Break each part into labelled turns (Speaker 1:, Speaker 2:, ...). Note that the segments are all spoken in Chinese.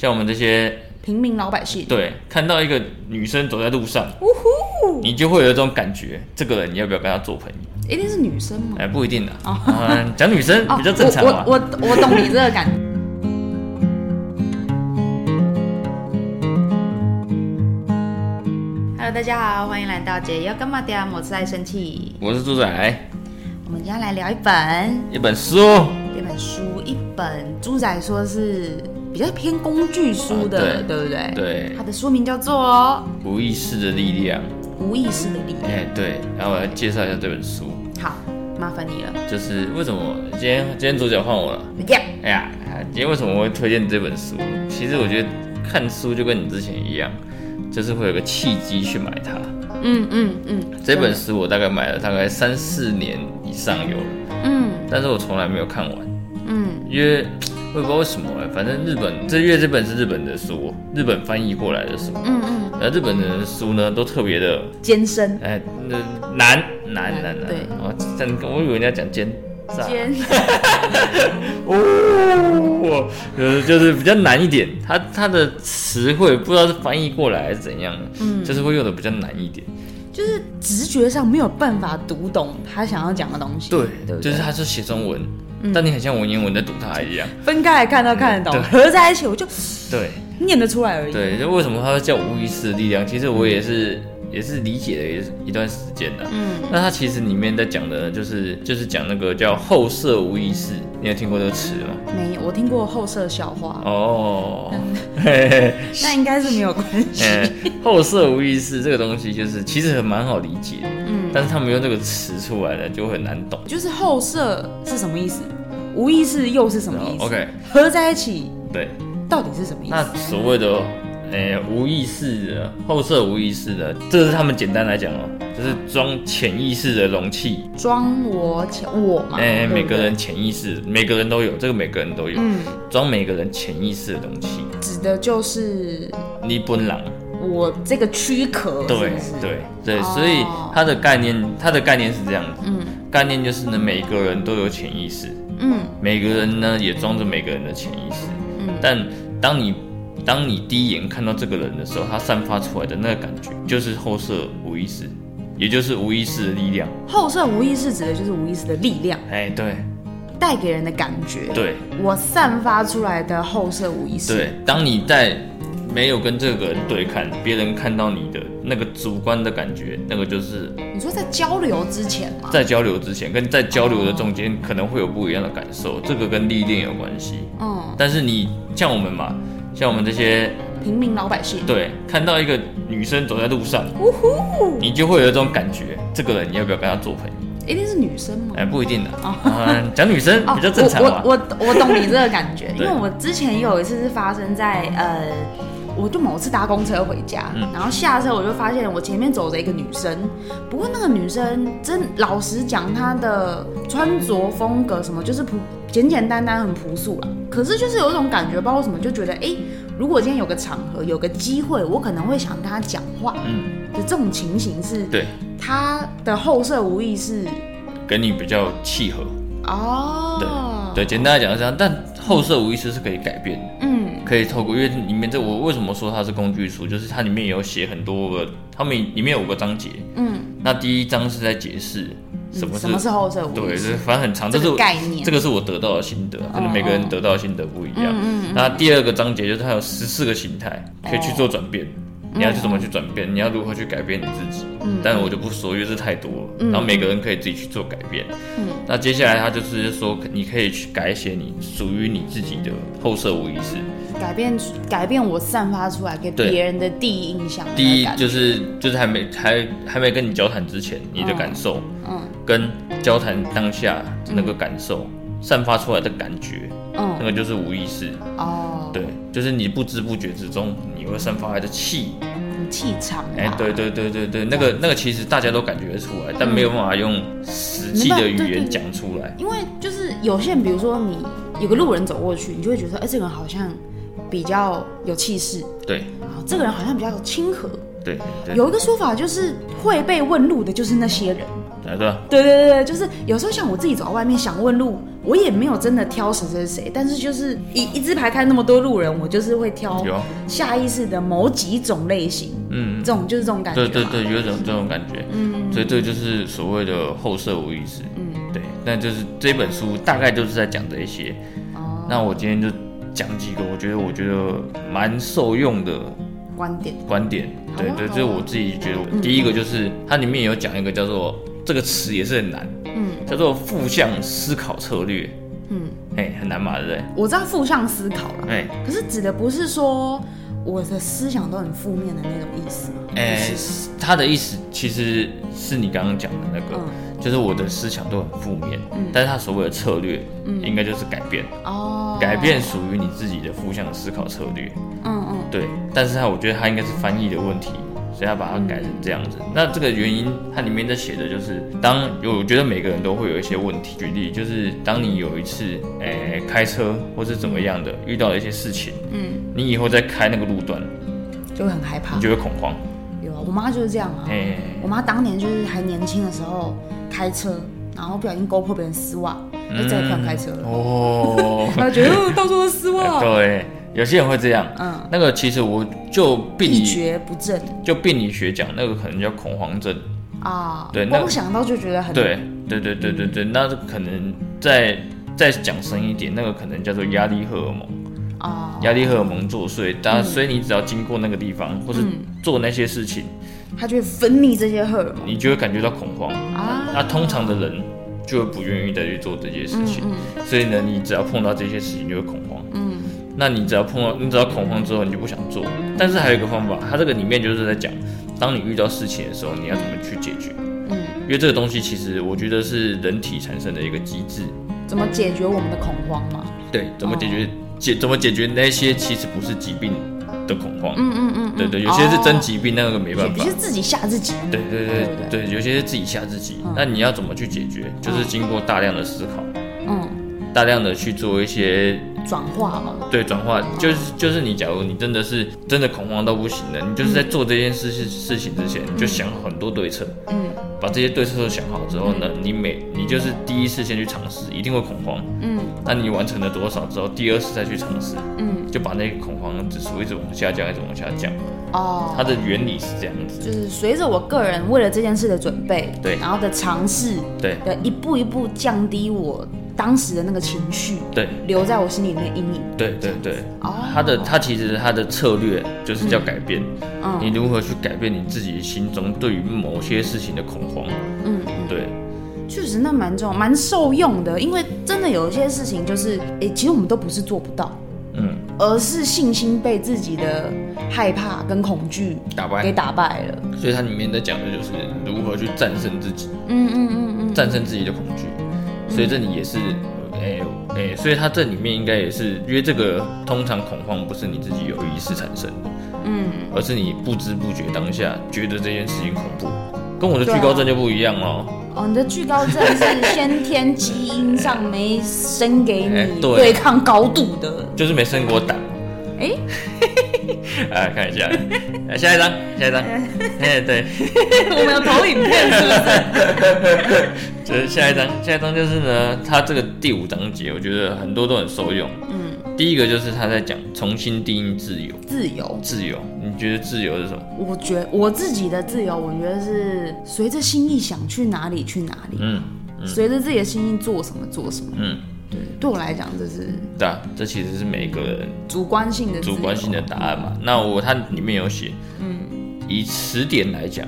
Speaker 1: 像我们这些
Speaker 2: 平民老百姓，
Speaker 1: 对看到一个女生走在路上，
Speaker 2: 呜呼，
Speaker 1: 你就会有一种感觉，这个人你要不要跟他做朋友？
Speaker 2: 一定是女生吗？
Speaker 1: 哎，不一定的，嗯、
Speaker 2: 哦
Speaker 1: 讲女生哎比较正常啊嘛
Speaker 2: 哦。我我我我懂你这个感觉。Hello，大家好，欢迎来到解忧干嘛的，我是爱生气。
Speaker 1: 我是猪仔，
Speaker 2: 我们今天来聊一本
Speaker 1: 一本书，
Speaker 2: 这本书，一本猪仔说是比较偏工具书的，
Speaker 1: 啊对
Speaker 2: 对不对？
Speaker 1: 对
Speaker 2: 它的书名叫做
Speaker 1: 无意识的力量。
Speaker 2: 《无意识的力量
Speaker 1: 哎，对，然后我来介绍一下这本书，》。
Speaker 2: 好，麻烦你了。
Speaker 1: 就是为什么今天今天主角换我了。
Speaker 2: Yeah
Speaker 1: 哎呀，今天为什么我会推荐这本书？其实我觉得看书就跟你之前一样，就是会有个契机去买它。
Speaker 2: 嗯嗯嗯，
Speaker 1: 这本书我大概买了大概三四年以上有了，
Speaker 2: 嗯
Speaker 1: 但是我从来没有看完，
Speaker 2: 嗯
Speaker 1: 因为我也不知道为什么哎、反正日本这月这本是日本的书，日本翻译过来的书，
Speaker 2: 嗯嗯，
Speaker 1: 然后日本人的书呢都特别的
Speaker 2: 艰深，
Speaker 1: 哎、那难难难难，
Speaker 2: 对
Speaker 1: 哦，真我以为人家讲奸诈，
Speaker 2: 艰，
Speaker 1: 哦，就是就是比较难一点，它它的词汇不知道是翻译过来还是怎样，嗯，就是会用的比较难一点。
Speaker 2: 就是直觉上没有办法读懂他想要讲的东西。对不对，嗯
Speaker 1: 就是它是写中文，但你很像文言文在读它一样。
Speaker 2: 分开来看都看得懂，
Speaker 1: 嗯
Speaker 2: 合在一起我就
Speaker 1: 对
Speaker 2: 念得出来而已。
Speaker 1: 对，就为什么它会叫无意识的力量？其实我也是也是理解了一一段时间的。
Speaker 2: 嗯，
Speaker 1: 那它其实里面在讲的呢，就是就是讲那个叫后设无意识，你有听过这个词吗？
Speaker 2: 没有，我听过后舍笑话，
Speaker 1: 哦，嘿嘿嘿
Speaker 2: 那应该是没有关系。
Speaker 1: 呃，后设无意识这个东西，就是其实很蛮好理解，
Speaker 2: 嗯
Speaker 1: 嗯，但是他们用这个词出来呢，就会很难懂。
Speaker 2: 就是后舍是什么意思？无意识又是什么意思
Speaker 1: 哦 OK，
Speaker 2: 合在一起
Speaker 1: 对，
Speaker 2: 到底是什么意
Speaker 1: 那
Speaker 2: 思？
Speaker 1: 所谓的呃无意识的后设无意识的，这是他们简单来讲哦，就是装潜意识的容器。
Speaker 2: 装我前我嘛，
Speaker 1: 哎、
Speaker 2: 对不对
Speaker 1: 每个人潜意识，每个人都有，这个每个人都有，
Speaker 2: 嗯，
Speaker 1: 装每个人潜意识的容器。
Speaker 2: 指的就是
Speaker 1: 你本狼，
Speaker 2: 我这个躯壳，
Speaker 1: 对
Speaker 2: 是不是
Speaker 1: 对对，
Speaker 2: 哦
Speaker 1: 所以它的概念，它的概念是这样子，
Speaker 2: 嗯
Speaker 1: 概念就是呢，每个人都有潜意识。
Speaker 2: 嗯
Speaker 1: 每个人呢也装着每个人的潜意识，
Speaker 2: 嗯
Speaker 1: 但当你当你第一眼看到这个人的时候，他散发出来的那个感觉就是后设无意识，也就是无意识的力量。
Speaker 2: 后设无意识指的就是无意识的力量
Speaker 1: 哎，对
Speaker 2: 带给人的感觉，
Speaker 1: 对
Speaker 2: 我散发出来的后设无意识，
Speaker 1: 对，当你在没有跟这个人对看，别人看到你的那个主观的感觉，那个就是
Speaker 2: 你说在交流之前嘛，
Speaker 1: 在交流之前跟在交流的中间可能会有不一样的感受，这个跟历练有关系。
Speaker 2: 嗯，
Speaker 1: 但是你像我们嘛，像我们这些
Speaker 2: 平民老百姓，
Speaker 1: 对，看到一个女生走在路上，
Speaker 2: 呜呼，
Speaker 1: 你就会有一种感觉，这个人你要不要跟他做朋友？
Speaker 2: 一定是女生嘛
Speaker 1: 哎、。不一定的，嗯，讲女生比较正常嘛。
Speaker 2: 哦我我我我懂你这个感 觉，因
Speaker 1: 对
Speaker 2: 为我之前有一次是发生在呃，我就某次搭公车回家，
Speaker 1: 嗯
Speaker 2: 然后下车我就发现我前面走着一个女生，不过那个女生真老实讲，她的穿着风格什么就是朴简简单单很朴素啦，可是就是有一种感觉，不知道为什么就觉得哎、诶如果今天有个场合有个机会，我可能会想跟她讲话，
Speaker 1: 嗯，
Speaker 2: 就这种情形是
Speaker 1: 对，
Speaker 2: 她的后设无意识
Speaker 1: 跟你比较契合。对、
Speaker 2: 哦，
Speaker 1: 对，简单来讲是这样，但后设无意识是可以改变的，
Speaker 2: 嗯。
Speaker 1: 可以透过，因为里面这我为什么说它是工具书，就是它里面有写很多个，它们里面有五个章节，
Speaker 2: 嗯，
Speaker 1: 那第一章是在解释什么是、
Speaker 2: 什么是后设无
Speaker 1: 对，
Speaker 2: 意
Speaker 1: 就
Speaker 2: 识
Speaker 1: 是反正很长，
Speaker 2: 这
Speaker 1: 这
Speaker 2: 个
Speaker 1: 是我
Speaker 2: 概念哦
Speaker 1: 这个是我得到的心得，可能每个人得到的心得不一样。
Speaker 2: 嗯哦
Speaker 1: 那第二个章节就是它有十四个形态可以去做转变，
Speaker 2: 嗯
Speaker 1: 你要去怎么去转变，你要如何去改变你自己。但我就不说，因为这太多了。
Speaker 2: 嗯
Speaker 1: 然后每个人可以自己去做改变。那接下来它就是说，你可以去改写你属于你自己的后设无意识。
Speaker 2: 改变改变我散发出来给
Speaker 1: 对
Speaker 2: 别人的第一印象的
Speaker 1: 第一
Speaker 2: 感觉，
Speaker 1: 就是就是还没还还没跟你交谈之前，你的感受，
Speaker 2: 嗯
Speaker 1: 跟交谈当下那个感受、散发出来的感觉，那
Speaker 2: 嗯
Speaker 1: 个就是无意识。
Speaker 2: 哦，
Speaker 1: 对，就是你不知不觉之中，你会散发来的气。
Speaker 2: 气场啊，
Speaker 1: 哎、对对对对对，那个那个其实大家都感觉得出来，但没有办法用实际的语
Speaker 2: 没办法对对
Speaker 1: 言
Speaker 2: 对
Speaker 1: 讲出来。
Speaker 2: 因为就是有些人，比如说你有个路人走过去，你就会觉得说，哎、这个人好像比较有气势，
Speaker 1: 对
Speaker 2: 然后这个人好像比较亲和。
Speaker 1: 对对对，
Speaker 2: 有一个说法就是会被问路的，就是那些人。
Speaker 1: 来对吧？
Speaker 2: 对对对对，就是有时候像我自己走到外面想问路，我也没有真的挑谁谁谁，但是就是一一字排开那么多路人，我就是会挑
Speaker 1: 有
Speaker 2: 下意识的某几种类型，
Speaker 1: 嗯，
Speaker 2: 这种就是这种感觉。啊
Speaker 1: 对对对，，有一种这种感觉，嗯，所以这就是所谓的后设无意识，嗯，对，那就是这本书大概就是在讲这一些，
Speaker 2: 哦，
Speaker 1: 那我今天就讲几个我觉得我觉得蛮受用的
Speaker 2: 观点
Speaker 1: 观点，
Speaker 2: 好啊
Speaker 1: 对对，
Speaker 2: 好啊
Speaker 1: 这是我自己觉得，第一个就是它里面有讲一个叫做这个词也是很难，嗯，叫做负向思考策略，嗯，哎，很难嘛，对不对？
Speaker 2: 我知道负向思考了，
Speaker 1: 哎
Speaker 2: 可是指的不是说我的思想都很负面的那种意思吗？
Speaker 1: 哎，他的意思其实是你刚刚讲的那个，
Speaker 2: 嗯
Speaker 1: 就是我的思想都很负面，但是他所谓的策略，应该就是改变，
Speaker 2: 嗯哦，
Speaker 1: 改变属于你自己的负向思考策略，
Speaker 2: 嗯，嗯
Speaker 1: 对，但是他我觉得他应该是翻译的问题，所以他把它改成这样子。
Speaker 2: 嗯
Speaker 1: 那这个原因，它里面在写的就是，当我觉得每个人都会有一些问题。举例就是，当你有一次，诶、开车或是怎么样的，遇到了一些事情，嗯，你以后再开那个路段，
Speaker 2: 嗯，就会很害怕
Speaker 1: 你。就会恐慌，
Speaker 2: 有啊，我妈就是这样啊。
Speaker 1: 诶、
Speaker 2: 我妈当年就是还年轻的时候开车，然后不小心勾破别人丝袜，就再也不想开车了。
Speaker 1: 哦，
Speaker 2: 她就觉得哦到处都是丝袜，
Speaker 1: 对，有些人会这样，
Speaker 2: 嗯，
Speaker 1: 那个其实我就病
Speaker 2: 一
Speaker 1: 理
Speaker 2: 蹶不振
Speaker 1: 就病理学讲，那个可能叫恐慌症。
Speaker 2: 啊。
Speaker 1: 对那
Speaker 2: 光想到就觉得很
Speaker 1: 对对对对对对，
Speaker 2: 嗯
Speaker 1: 那可能再再讲深一点，那个可能叫做压力荷尔蒙，
Speaker 2: 啊，
Speaker 1: 压力荷尔蒙作祟，
Speaker 2: 嗯
Speaker 1: 当然，所以你只要经过那个地方，或是做那些事情，
Speaker 2: 她就会分泌这些荷尔蒙
Speaker 1: 你就会感觉到恐慌。
Speaker 2: 啊。
Speaker 1: 那通常的人就会不愿意再去做这些事情，所以呢，你只要碰到这些事情就会恐慌。嗯，那你只要碰到，你只要恐慌之后，你就不想做。但是还有一个方法，它这个里面就是在讲，当你遇到事情的时候，你要怎么去解决。
Speaker 2: 嗯，
Speaker 1: 因为这个东西其实我觉得是人体产生的一个机制。
Speaker 2: 怎么解决我们的恐慌嘛？
Speaker 1: 对，怎么解决、解怎么解决那些其实不是疾病的恐慌。
Speaker 2: 嗯嗯嗯，嗯
Speaker 1: 对对，有些是真
Speaker 2: 哦
Speaker 1: 疾病，那个没办
Speaker 2: 有
Speaker 1: 法
Speaker 2: 些。自己吓自己。
Speaker 1: 对对
Speaker 2: 对
Speaker 1: 对
Speaker 2: 不
Speaker 1: 对，有些是自己吓自己。那你要怎么去解决？就是经过大量的思考，
Speaker 2: 嗯，
Speaker 1: 大量的去做一些
Speaker 2: 转化嘛，
Speaker 1: 对转化，就是就是你，假如你真的是真的恐慌到不行了，你就是在做这件事事事情之前，你就想好很多对策，
Speaker 2: 嗯，
Speaker 1: 把这些对策都想好之后呢，你每你就是第一次先去尝试，一定会恐慌，
Speaker 2: 嗯，
Speaker 1: 那你完成了多少之后，第二次再去尝试，
Speaker 2: 嗯，
Speaker 1: 就把那个恐慌指数一直往下降，一直往下降，
Speaker 2: 哦，
Speaker 1: 它的原理是这样子，
Speaker 2: 就是随着我个人为了这件事的准备，
Speaker 1: 对
Speaker 2: 然后的尝试
Speaker 1: 对
Speaker 2: 的一步一步降低我当时的那个情绪，
Speaker 1: 对
Speaker 2: 留在我心里面的阴影。
Speaker 1: 对对对，
Speaker 2: 哦，
Speaker 1: 它的它其实它的策略就是叫改变，
Speaker 2: 嗯
Speaker 1: 你如何去改变你自己心中对于某些事情的恐慌，
Speaker 2: 嗯，
Speaker 1: 对
Speaker 2: 确实那蛮重蛮受用的，因为真的有一些事情就是，诶、其实我们都不是做不到，
Speaker 1: 嗯，
Speaker 2: 而是信心被自己的害怕跟恐惧
Speaker 1: 打败。
Speaker 2: 给打败了。
Speaker 1: 所以它里面在讲的就是如何去战胜自己，
Speaker 2: 嗯嗯嗯嗯，
Speaker 1: 战胜自己的恐惧。所以这里也是，哎、哎、所以它这里面应该也是，因为这个通常恐慌不是你自己有意识产生的，嗯，而是你不知不觉当下觉得这件事情恐怖，跟我的
Speaker 2: 对啊
Speaker 1: 惧高症就不一样哦。
Speaker 2: 哦，你的惧高症是先天基因上没生给
Speaker 1: 哎
Speaker 2: 你
Speaker 1: 对
Speaker 2: 对抗高度的。
Speaker 1: 就是没生过胆。
Speaker 2: 哎、
Speaker 1: 哎，看一下，哎下一张，下一 张，哎，对，
Speaker 2: 我们有投影片是不是？
Speaker 1: 就是下一张，下一张就是呢，它这个第五章节，我觉得很多都很受用。嗯，第一个就是他在讲重新定义自由，
Speaker 2: 自由，
Speaker 1: 自由，你觉得自由是什么？
Speaker 2: 我觉我自己的自由，我觉得是随着心意想去哪里去哪里，
Speaker 1: 嗯
Speaker 2: 随着自己的心意做什么做什么。
Speaker 1: 嗯，
Speaker 2: 对，对我来讲这是
Speaker 1: 对啊，这其实是每一个人
Speaker 2: 主观性的自由
Speaker 1: 主观性的答案嘛。那我它里面有写，嗯，以词典来讲，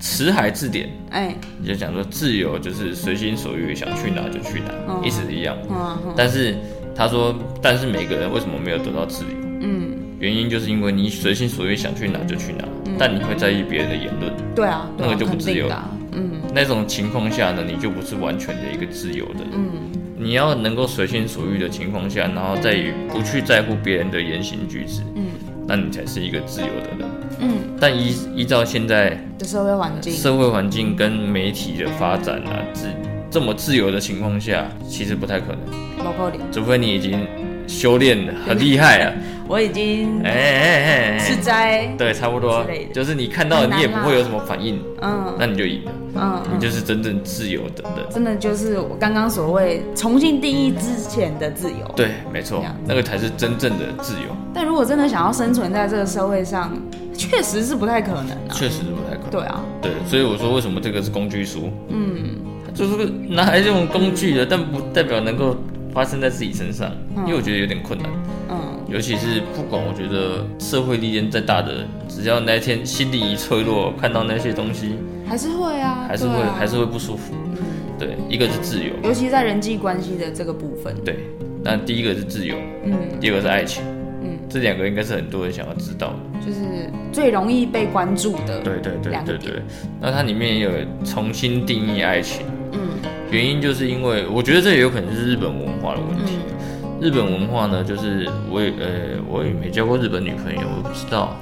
Speaker 1: 词海字典
Speaker 2: 哎、
Speaker 1: 你就讲说自由就是随心所欲，想去哪就去哪，意思一样。
Speaker 2: 嗯嗯
Speaker 1: 但是他说，但是每个人为什么没有得到自由？
Speaker 2: 嗯，
Speaker 1: 原因就是因为你随心所欲想去哪就去哪，但你会在意别人的言论，
Speaker 2: 对啊，对
Speaker 1: 那
Speaker 2: 啊
Speaker 1: 个就不
Speaker 2: 肯
Speaker 1: 自由
Speaker 2: 定的啊、嗯
Speaker 1: 那种情况下呢，你就不是完全的一个自由的人。
Speaker 2: 嗯
Speaker 1: 你要能够随心所欲的情况下，然后在于不去在乎别人的言行举止，
Speaker 2: 嗯，
Speaker 1: 那你才是一个自由的人。
Speaker 2: 嗯
Speaker 1: 但依依照现在
Speaker 2: 的社会环境，
Speaker 1: 社会环境跟媒体的发展啊，自这么自由的情况下，其实不太可能。
Speaker 2: 包括你
Speaker 1: 除非你已经修炼得很厉害啊，
Speaker 2: 我已经
Speaker 1: 哎哎哎，
Speaker 2: 吃斋，
Speaker 1: 对，差不多
Speaker 2: 嗯之类的，
Speaker 1: 就是你看到
Speaker 2: 很难
Speaker 1: 你也不
Speaker 2: 啦
Speaker 1: 会有什么反应，
Speaker 2: 嗯
Speaker 1: 那你就赢了，
Speaker 2: 嗯，
Speaker 1: 你就是真正自由的人。
Speaker 2: 真的就是我刚刚所谓重新定义之前的自由。
Speaker 1: 对，没错
Speaker 2: 这样，
Speaker 1: 那个才是真正的自由，
Speaker 2: 但如果真的想要生存在这个社会上，确实是不太可能啊。
Speaker 1: 确实不太可能。
Speaker 2: 对啊，
Speaker 1: 对，所以我说为什么这个是工具书？嗯，它就是个拿来这种工具的，但不代表能够发生在自己身上，因为我觉得有点困难。
Speaker 2: 嗯，
Speaker 1: 尤其是不管我觉得社会历练再大的人，只要那一天心里一脆弱，看到那些东西，
Speaker 2: 还是会啊，
Speaker 1: 还是会、
Speaker 2: 对啊嗯
Speaker 1: 还是会不舒服。对，一个是自由，
Speaker 2: 尤其在人际关系的这个部分，
Speaker 1: 对，那第一个是自由，
Speaker 2: 嗯，
Speaker 1: 第二个是爱情，
Speaker 2: 嗯，
Speaker 1: 这两个应该是很多人想要知道的。
Speaker 2: 就是最容易被关注的，
Speaker 1: 对对对
Speaker 2: 两个
Speaker 1: 对
Speaker 2: 点
Speaker 1: 对，那它里面也有重新定义爱情，
Speaker 2: 嗯
Speaker 1: 原因就是因为我觉得这也有可能是日本文化的问题。
Speaker 2: 嗯
Speaker 1: 日本文化呢，就是我也呃我也没交过日本女朋友，我不知道。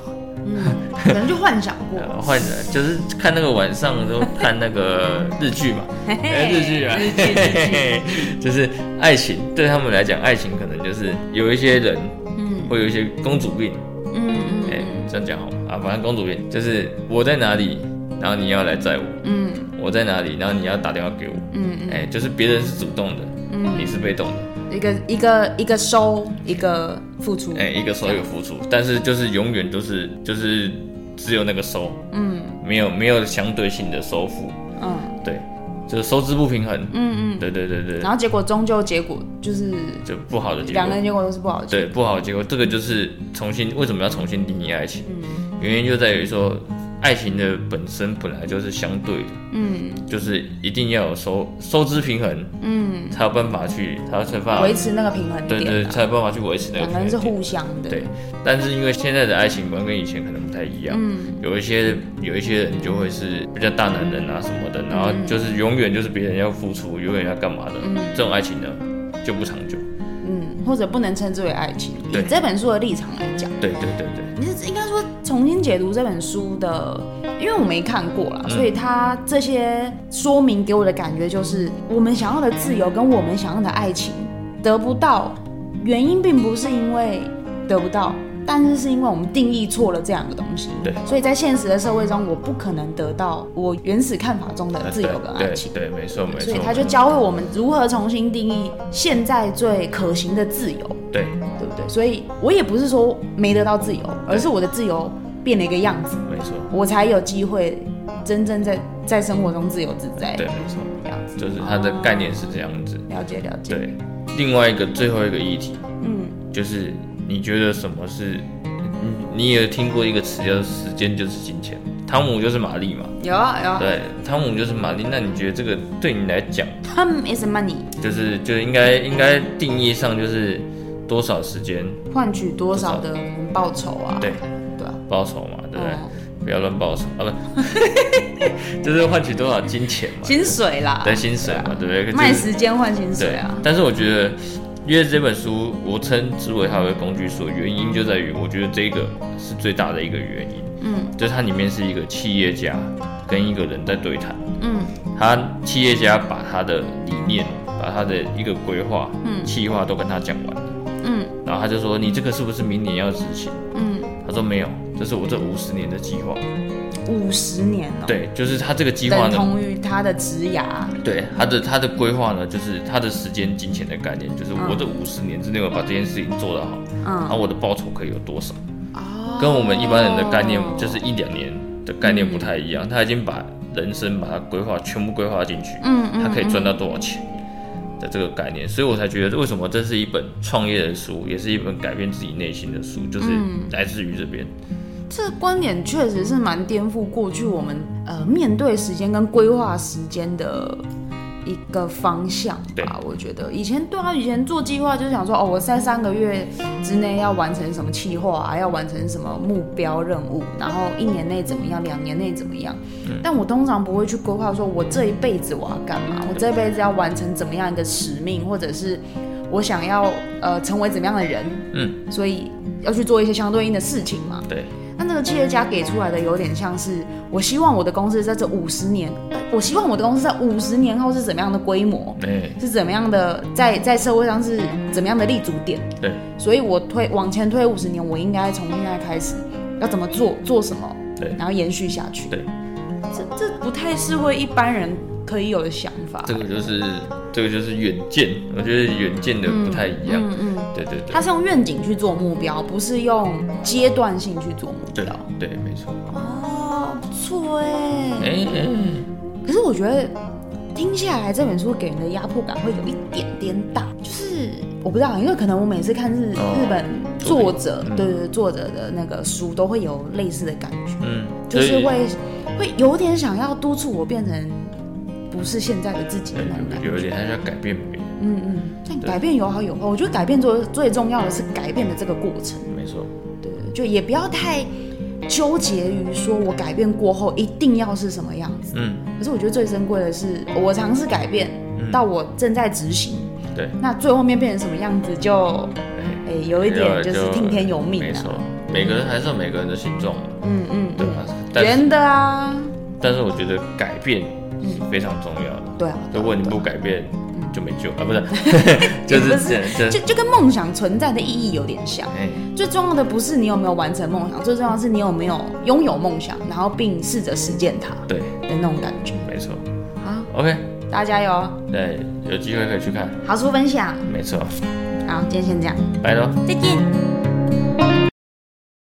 Speaker 2: 嗯，可能就幻想 过，
Speaker 1: 呃，换的就是看那个晚上都看那个日剧嘛，
Speaker 2: 嘿
Speaker 1: 哎日剧啊，
Speaker 2: 日剧日剧，
Speaker 1: 就是爱情对他们来讲，爱情可能就是有一些人
Speaker 2: 嗯
Speaker 1: 会有一些公主病，
Speaker 2: 嗯嗯
Speaker 1: 哎、这样讲好吗？啊，反正公主病就是我在哪里，然后你要来载我，
Speaker 2: 嗯
Speaker 1: 我在哪里，然后你要打电话给我，
Speaker 2: 嗯
Speaker 1: 哎、就是别人是主动的，你是被动的，
Speaker 2: 嗯，一个一个一个收，一个付出，
Speaker 1: 哎、一个收一个付出，但是就是永远都是就是只有那个收，
Speaker 2: 嗯
Speaker 1: 没有没有相对性的收付，
Speaker 2: 嗯
Speaker 1: 对，就是收支不平衡，
Speaker 2: 嗯嗯，
Speaker 1: 对对对对，
Speaker 2: 然后结果终究结果就是
Speaker 1: 就不好的结
Speaker 2: 两
Speaker 1: 果
Speaker 2: 个，人结果都是不好的，
Speaker 1: 对，不好的结果，这个就是重新为什么要重新定义爱情，
Speaker 2: 嗯
Speaker 1: 原因就在于说，爱情的本身本来就是相对的，
Speaker 2: 嗯
Speaker 1: 就是一定要有收收支平衡，
Speaker 2: 嗯，
Speaker 1: 才有办法去，才有才有办
Speaker 2: 维
Speaker 1: 法，
Speaker 2: 持那个平衡
Speaker 1: 对啊对，
Speaker 2: 点啊，
Speaker 1: 才有办法去维持那个
Speaker 2: 两
Speaker 1: 平衡
Speaker 2: 个人是
Speaker 1: 点。
Speaker 2: 互相的，
Speaker 1: 对，但是因为现在的爱情观跟以前可能不太一样，
Speaker 2: 嗯
Speaker 1: 有一些有一些人就会是比较大男人啊什么的，然后
Speaker 2: 嗯
Speaker 1: 就是永远就是别人要付出，永远要干嘛的，这种爱情呢就不长久。
Speaker 2: 嗯，或者不能称之为爱情，以
Speaker 1: 对
Speaker 2: 这本书的立场来讲。
Speaker 1: 对对对对，
Speaker 2: 你是应该说重新解读这本书的，因为我没看过啦，所以他这些说明给我的感觉就是，我们想要的自由跟我们想要的爱情得不到，原因并不是因为得不到。但是是因为我们定义错了这两个东西，
Speaker 1: 对
Speaker 2: 所以在现实的社会中，我不可能得到我原始看法中的自由跟爱情，
Speaker 1: 对对，对没错没错。
Speaker 2: 所以他就教会我们如何重新定义现在最可行的自由。
Speaker 1: 对
Speaker 2: 对不对？所以我也不是说没得到自由，而是我的自由变了一个样子，
Speaker 1: 没错，
Speaker 2: 我才有机会真正在在生活中自由自在。
Speaker 1: 对没错，
Speaker 2: 这样子
Speaker 1: 就是它的概念是这样子。
Speaker 2: 了解了解。
Speaker 1: 对，另外一个最后一个议题
Speaker 2: 嗯
Speaker 1: 就是你觉得什么是？你你也听过一个词叫“做时间就是金钱”，汤姆就是玛丽嘛，
Speaker 2: 有啊有啊
Speaker 1: 对，汤姆就是玛丽。那你觉得这个对你来讲，
Speaker 2: ，time is money，
Speaker 1: 就是就应该应该定义上就是多少时间
Speaker 2: 换取多少的报酬啊？
Speaker 1: 对
Speaker 2: 对啊，
Speaker 1: 报酬嘛，对不对？
Speaker 2: 嗯
Speaker 1: 不要乱报酬啊，不， 就是换取多少金钱嘛，
Speaker 2: 薪水啦，
Speaker 1: 对薪水嘛，对不对？
Speaker 2: 卖
Speaker 1: 就是
Speaker 2: 时间换薪水
Speaker 1: 对
Speaker 2: 啊。。
Speaker 1: 但是我觉得，因为这本书我称之为它为工具书，原因就在于我觉得这个是最大的一个原因。
Speaker 2: 嗯，
Speaker 1: 就是它里面是一个企业家跟一个人在对谈，
Speaker 2: 嗯
Speaker 1: 他企业家把他的理念，把他的一个规划、嗯，计划都跟他讲完了。
Speaker 2: 嗯
Speaker 1: 然后他就说：“你这个是不是明年要执行
Speaker 2: 嗯，？”
Speaker 1: 他说：“没有，这是我这五十年的计划。
Speaker 2: 五十年哦”，
Speaker 1: 对，就是他这个计划
Speaker 2: 等
Speaker 1: 呢，
Speaker 2: 嗯同于他的职涯。
Speaker 1: 对他的他的规划呢，就是他的时间、金钱的概念，就是我这五十年之内我把这件事情做得好，然
Speaker 2: 嗯
Speaker 1: 后我的报酬可以有多少，
Speaker 2: 哦
Speaker 1: 跟我们一般人的概念就是一两年的概念不太一样。他已经把人生把它规划全部规划进去，
Speaker 2: 嗯嗯
Speaker 1: 他可以赚到多少钱的这个概念，所以我才觉得为什么这是一本创业的书，也是一本改变自己内心的书，就是来自于这边。
Speaker 2: 这观点确实是蛮颠覆过去我们呃面对时间跟规划时间的一个方向
Speaker 1: 对
Speaker 2: 吧。我觉得以前对啊，以前做计划就是想说哦，我在三个月之内要完成什么计划啊，要完成什么目标任务，然后一年内怎么样，两年内怎么样。
Speaker 1: 嗯
Speaker 2: 但我通常不会去规划说我这一辈子我要干嘛，我这一辈子要完成怎么样一个使命，或者是。我想要呃成为怎么样的人，
Speaker 1: 嗯，
Speaker 2: 所以要去做一些相对应的事情嘛。
Speaker 1: 对，
Speaker 2: 那那个企业家给出来的有点像是，我希望我的公司在这五十年，呃我希望我的公司在五十年后是怎么样的规模，
Speaker 1: 哎，
Speaker 2: 是怎么样的在在社会上是怎么样的立足点。
Speaker 1: 对，
Speaker 2: 所以我推往前推五十年，我应该从现在开始要怎么做，做什么，
Speaker 1: 对
Speaker 2: 然后延续下去。
Speaker 1: 对，
Speaker 2: 这这不太是为一般人可以有的想法。
Speaker 1: 这个就是这个就是远见，我觉得远见的不太一样。
Speaker 2: 嗯嗯，
Speaker 1: 对对对
Speaker 2: 他，是用愿景去做目标，不是用阶段性去做目
Speaker 1: 对
Speaker 2: 标。
Speaker 1: 对，没错。
Speaker 2: 哦，不错哎、
Speaker 1: 哎、哎
Speaker 2: 可是我觉得听下来这本书给人的压迫感会有一点点大，就是我不知道，因为可能我每次看日、
Speaker 1: 哦
Speaker 2: 日本作者，
Speaker 1: 嗯
Speaker 2: 对对对作者的那个书都会有类似的感觉，
Speaker 1: 嗯，
Speaker 2: 就是
Speaker 1: 所以
Speaker 2: 会会有点想要督促我变成不是现在的自己的那种
Speaker 1: 哎
Speaker 2: 感
Speaker 1: 有有一
Speaker 2: 觉。
Speaker 1: 点，他要改变别人，
Speaker 2: 嗯嗯，但改变有好有坏，我觉得改变最最重要的是改变的这个过程。
Speaker 1: 没错。
Speaker 2: 对，就也不要太纠结于说我改变过后一定要是什么样子。
Speaker 1: 嗯，
Speaker 2: 可是我觉得最珍贵的是，我尝试改变，到我正在执行，
Speaker 1: 对，
Speaker 2: 那最后面变成什么样子就，
Speaker 1: 哎
Speaker 2: 诶、有一点
Speaker 1: 就
Speaker 2: 就
Speaker 1: 是
Speaker 2: 听天由命
Speaker 1: 没
Speaker 2: 啊。
Speaker 1: 错，每个人还是有每个人的形状嘛，
Speaker 2: 嗯嗯
Speaker 1: 对
Speaker 2: 嗯，
Speaker 1: 吧？但是
Speaker 2: 圆的啊，
Speaker 1: 但是我觉得改变是非常重要的。
Speaker 2: 对啊，对
Speaker 1: 如
Speaker 2: 啊
Speaker 1: 果你
Speaker 2: 对啊
Speaker 1: 不改变，就没救啊！不是， 就是
Speaker 2: 嗯也不是
Speaker 1: 这
Speaker 2: 就
Speaker 1: 这，
Speaker 2: 就跟梦想存在的意义有点像。
Speaker 1: 哎，
Speaker 2: 最重要的不是你有没有完成梦想，最重要的是你有没有拥有梦想，然后并试着实践它
Speaker 1: 对，
Speaker 2: 的那种感觉。
Speaker 1: 没错。
Speaker 2: 好，
Speaker 1: OK，
Speaker 2: 大家加油，
Speaker 1: 对，有机会可以去看，
Speaker 2: 好书分享。
Speaker 1: 没错。
Speaker 2: 好，今天先这样，
Speaker 1: 拜喽。
Speaker 2: 再见。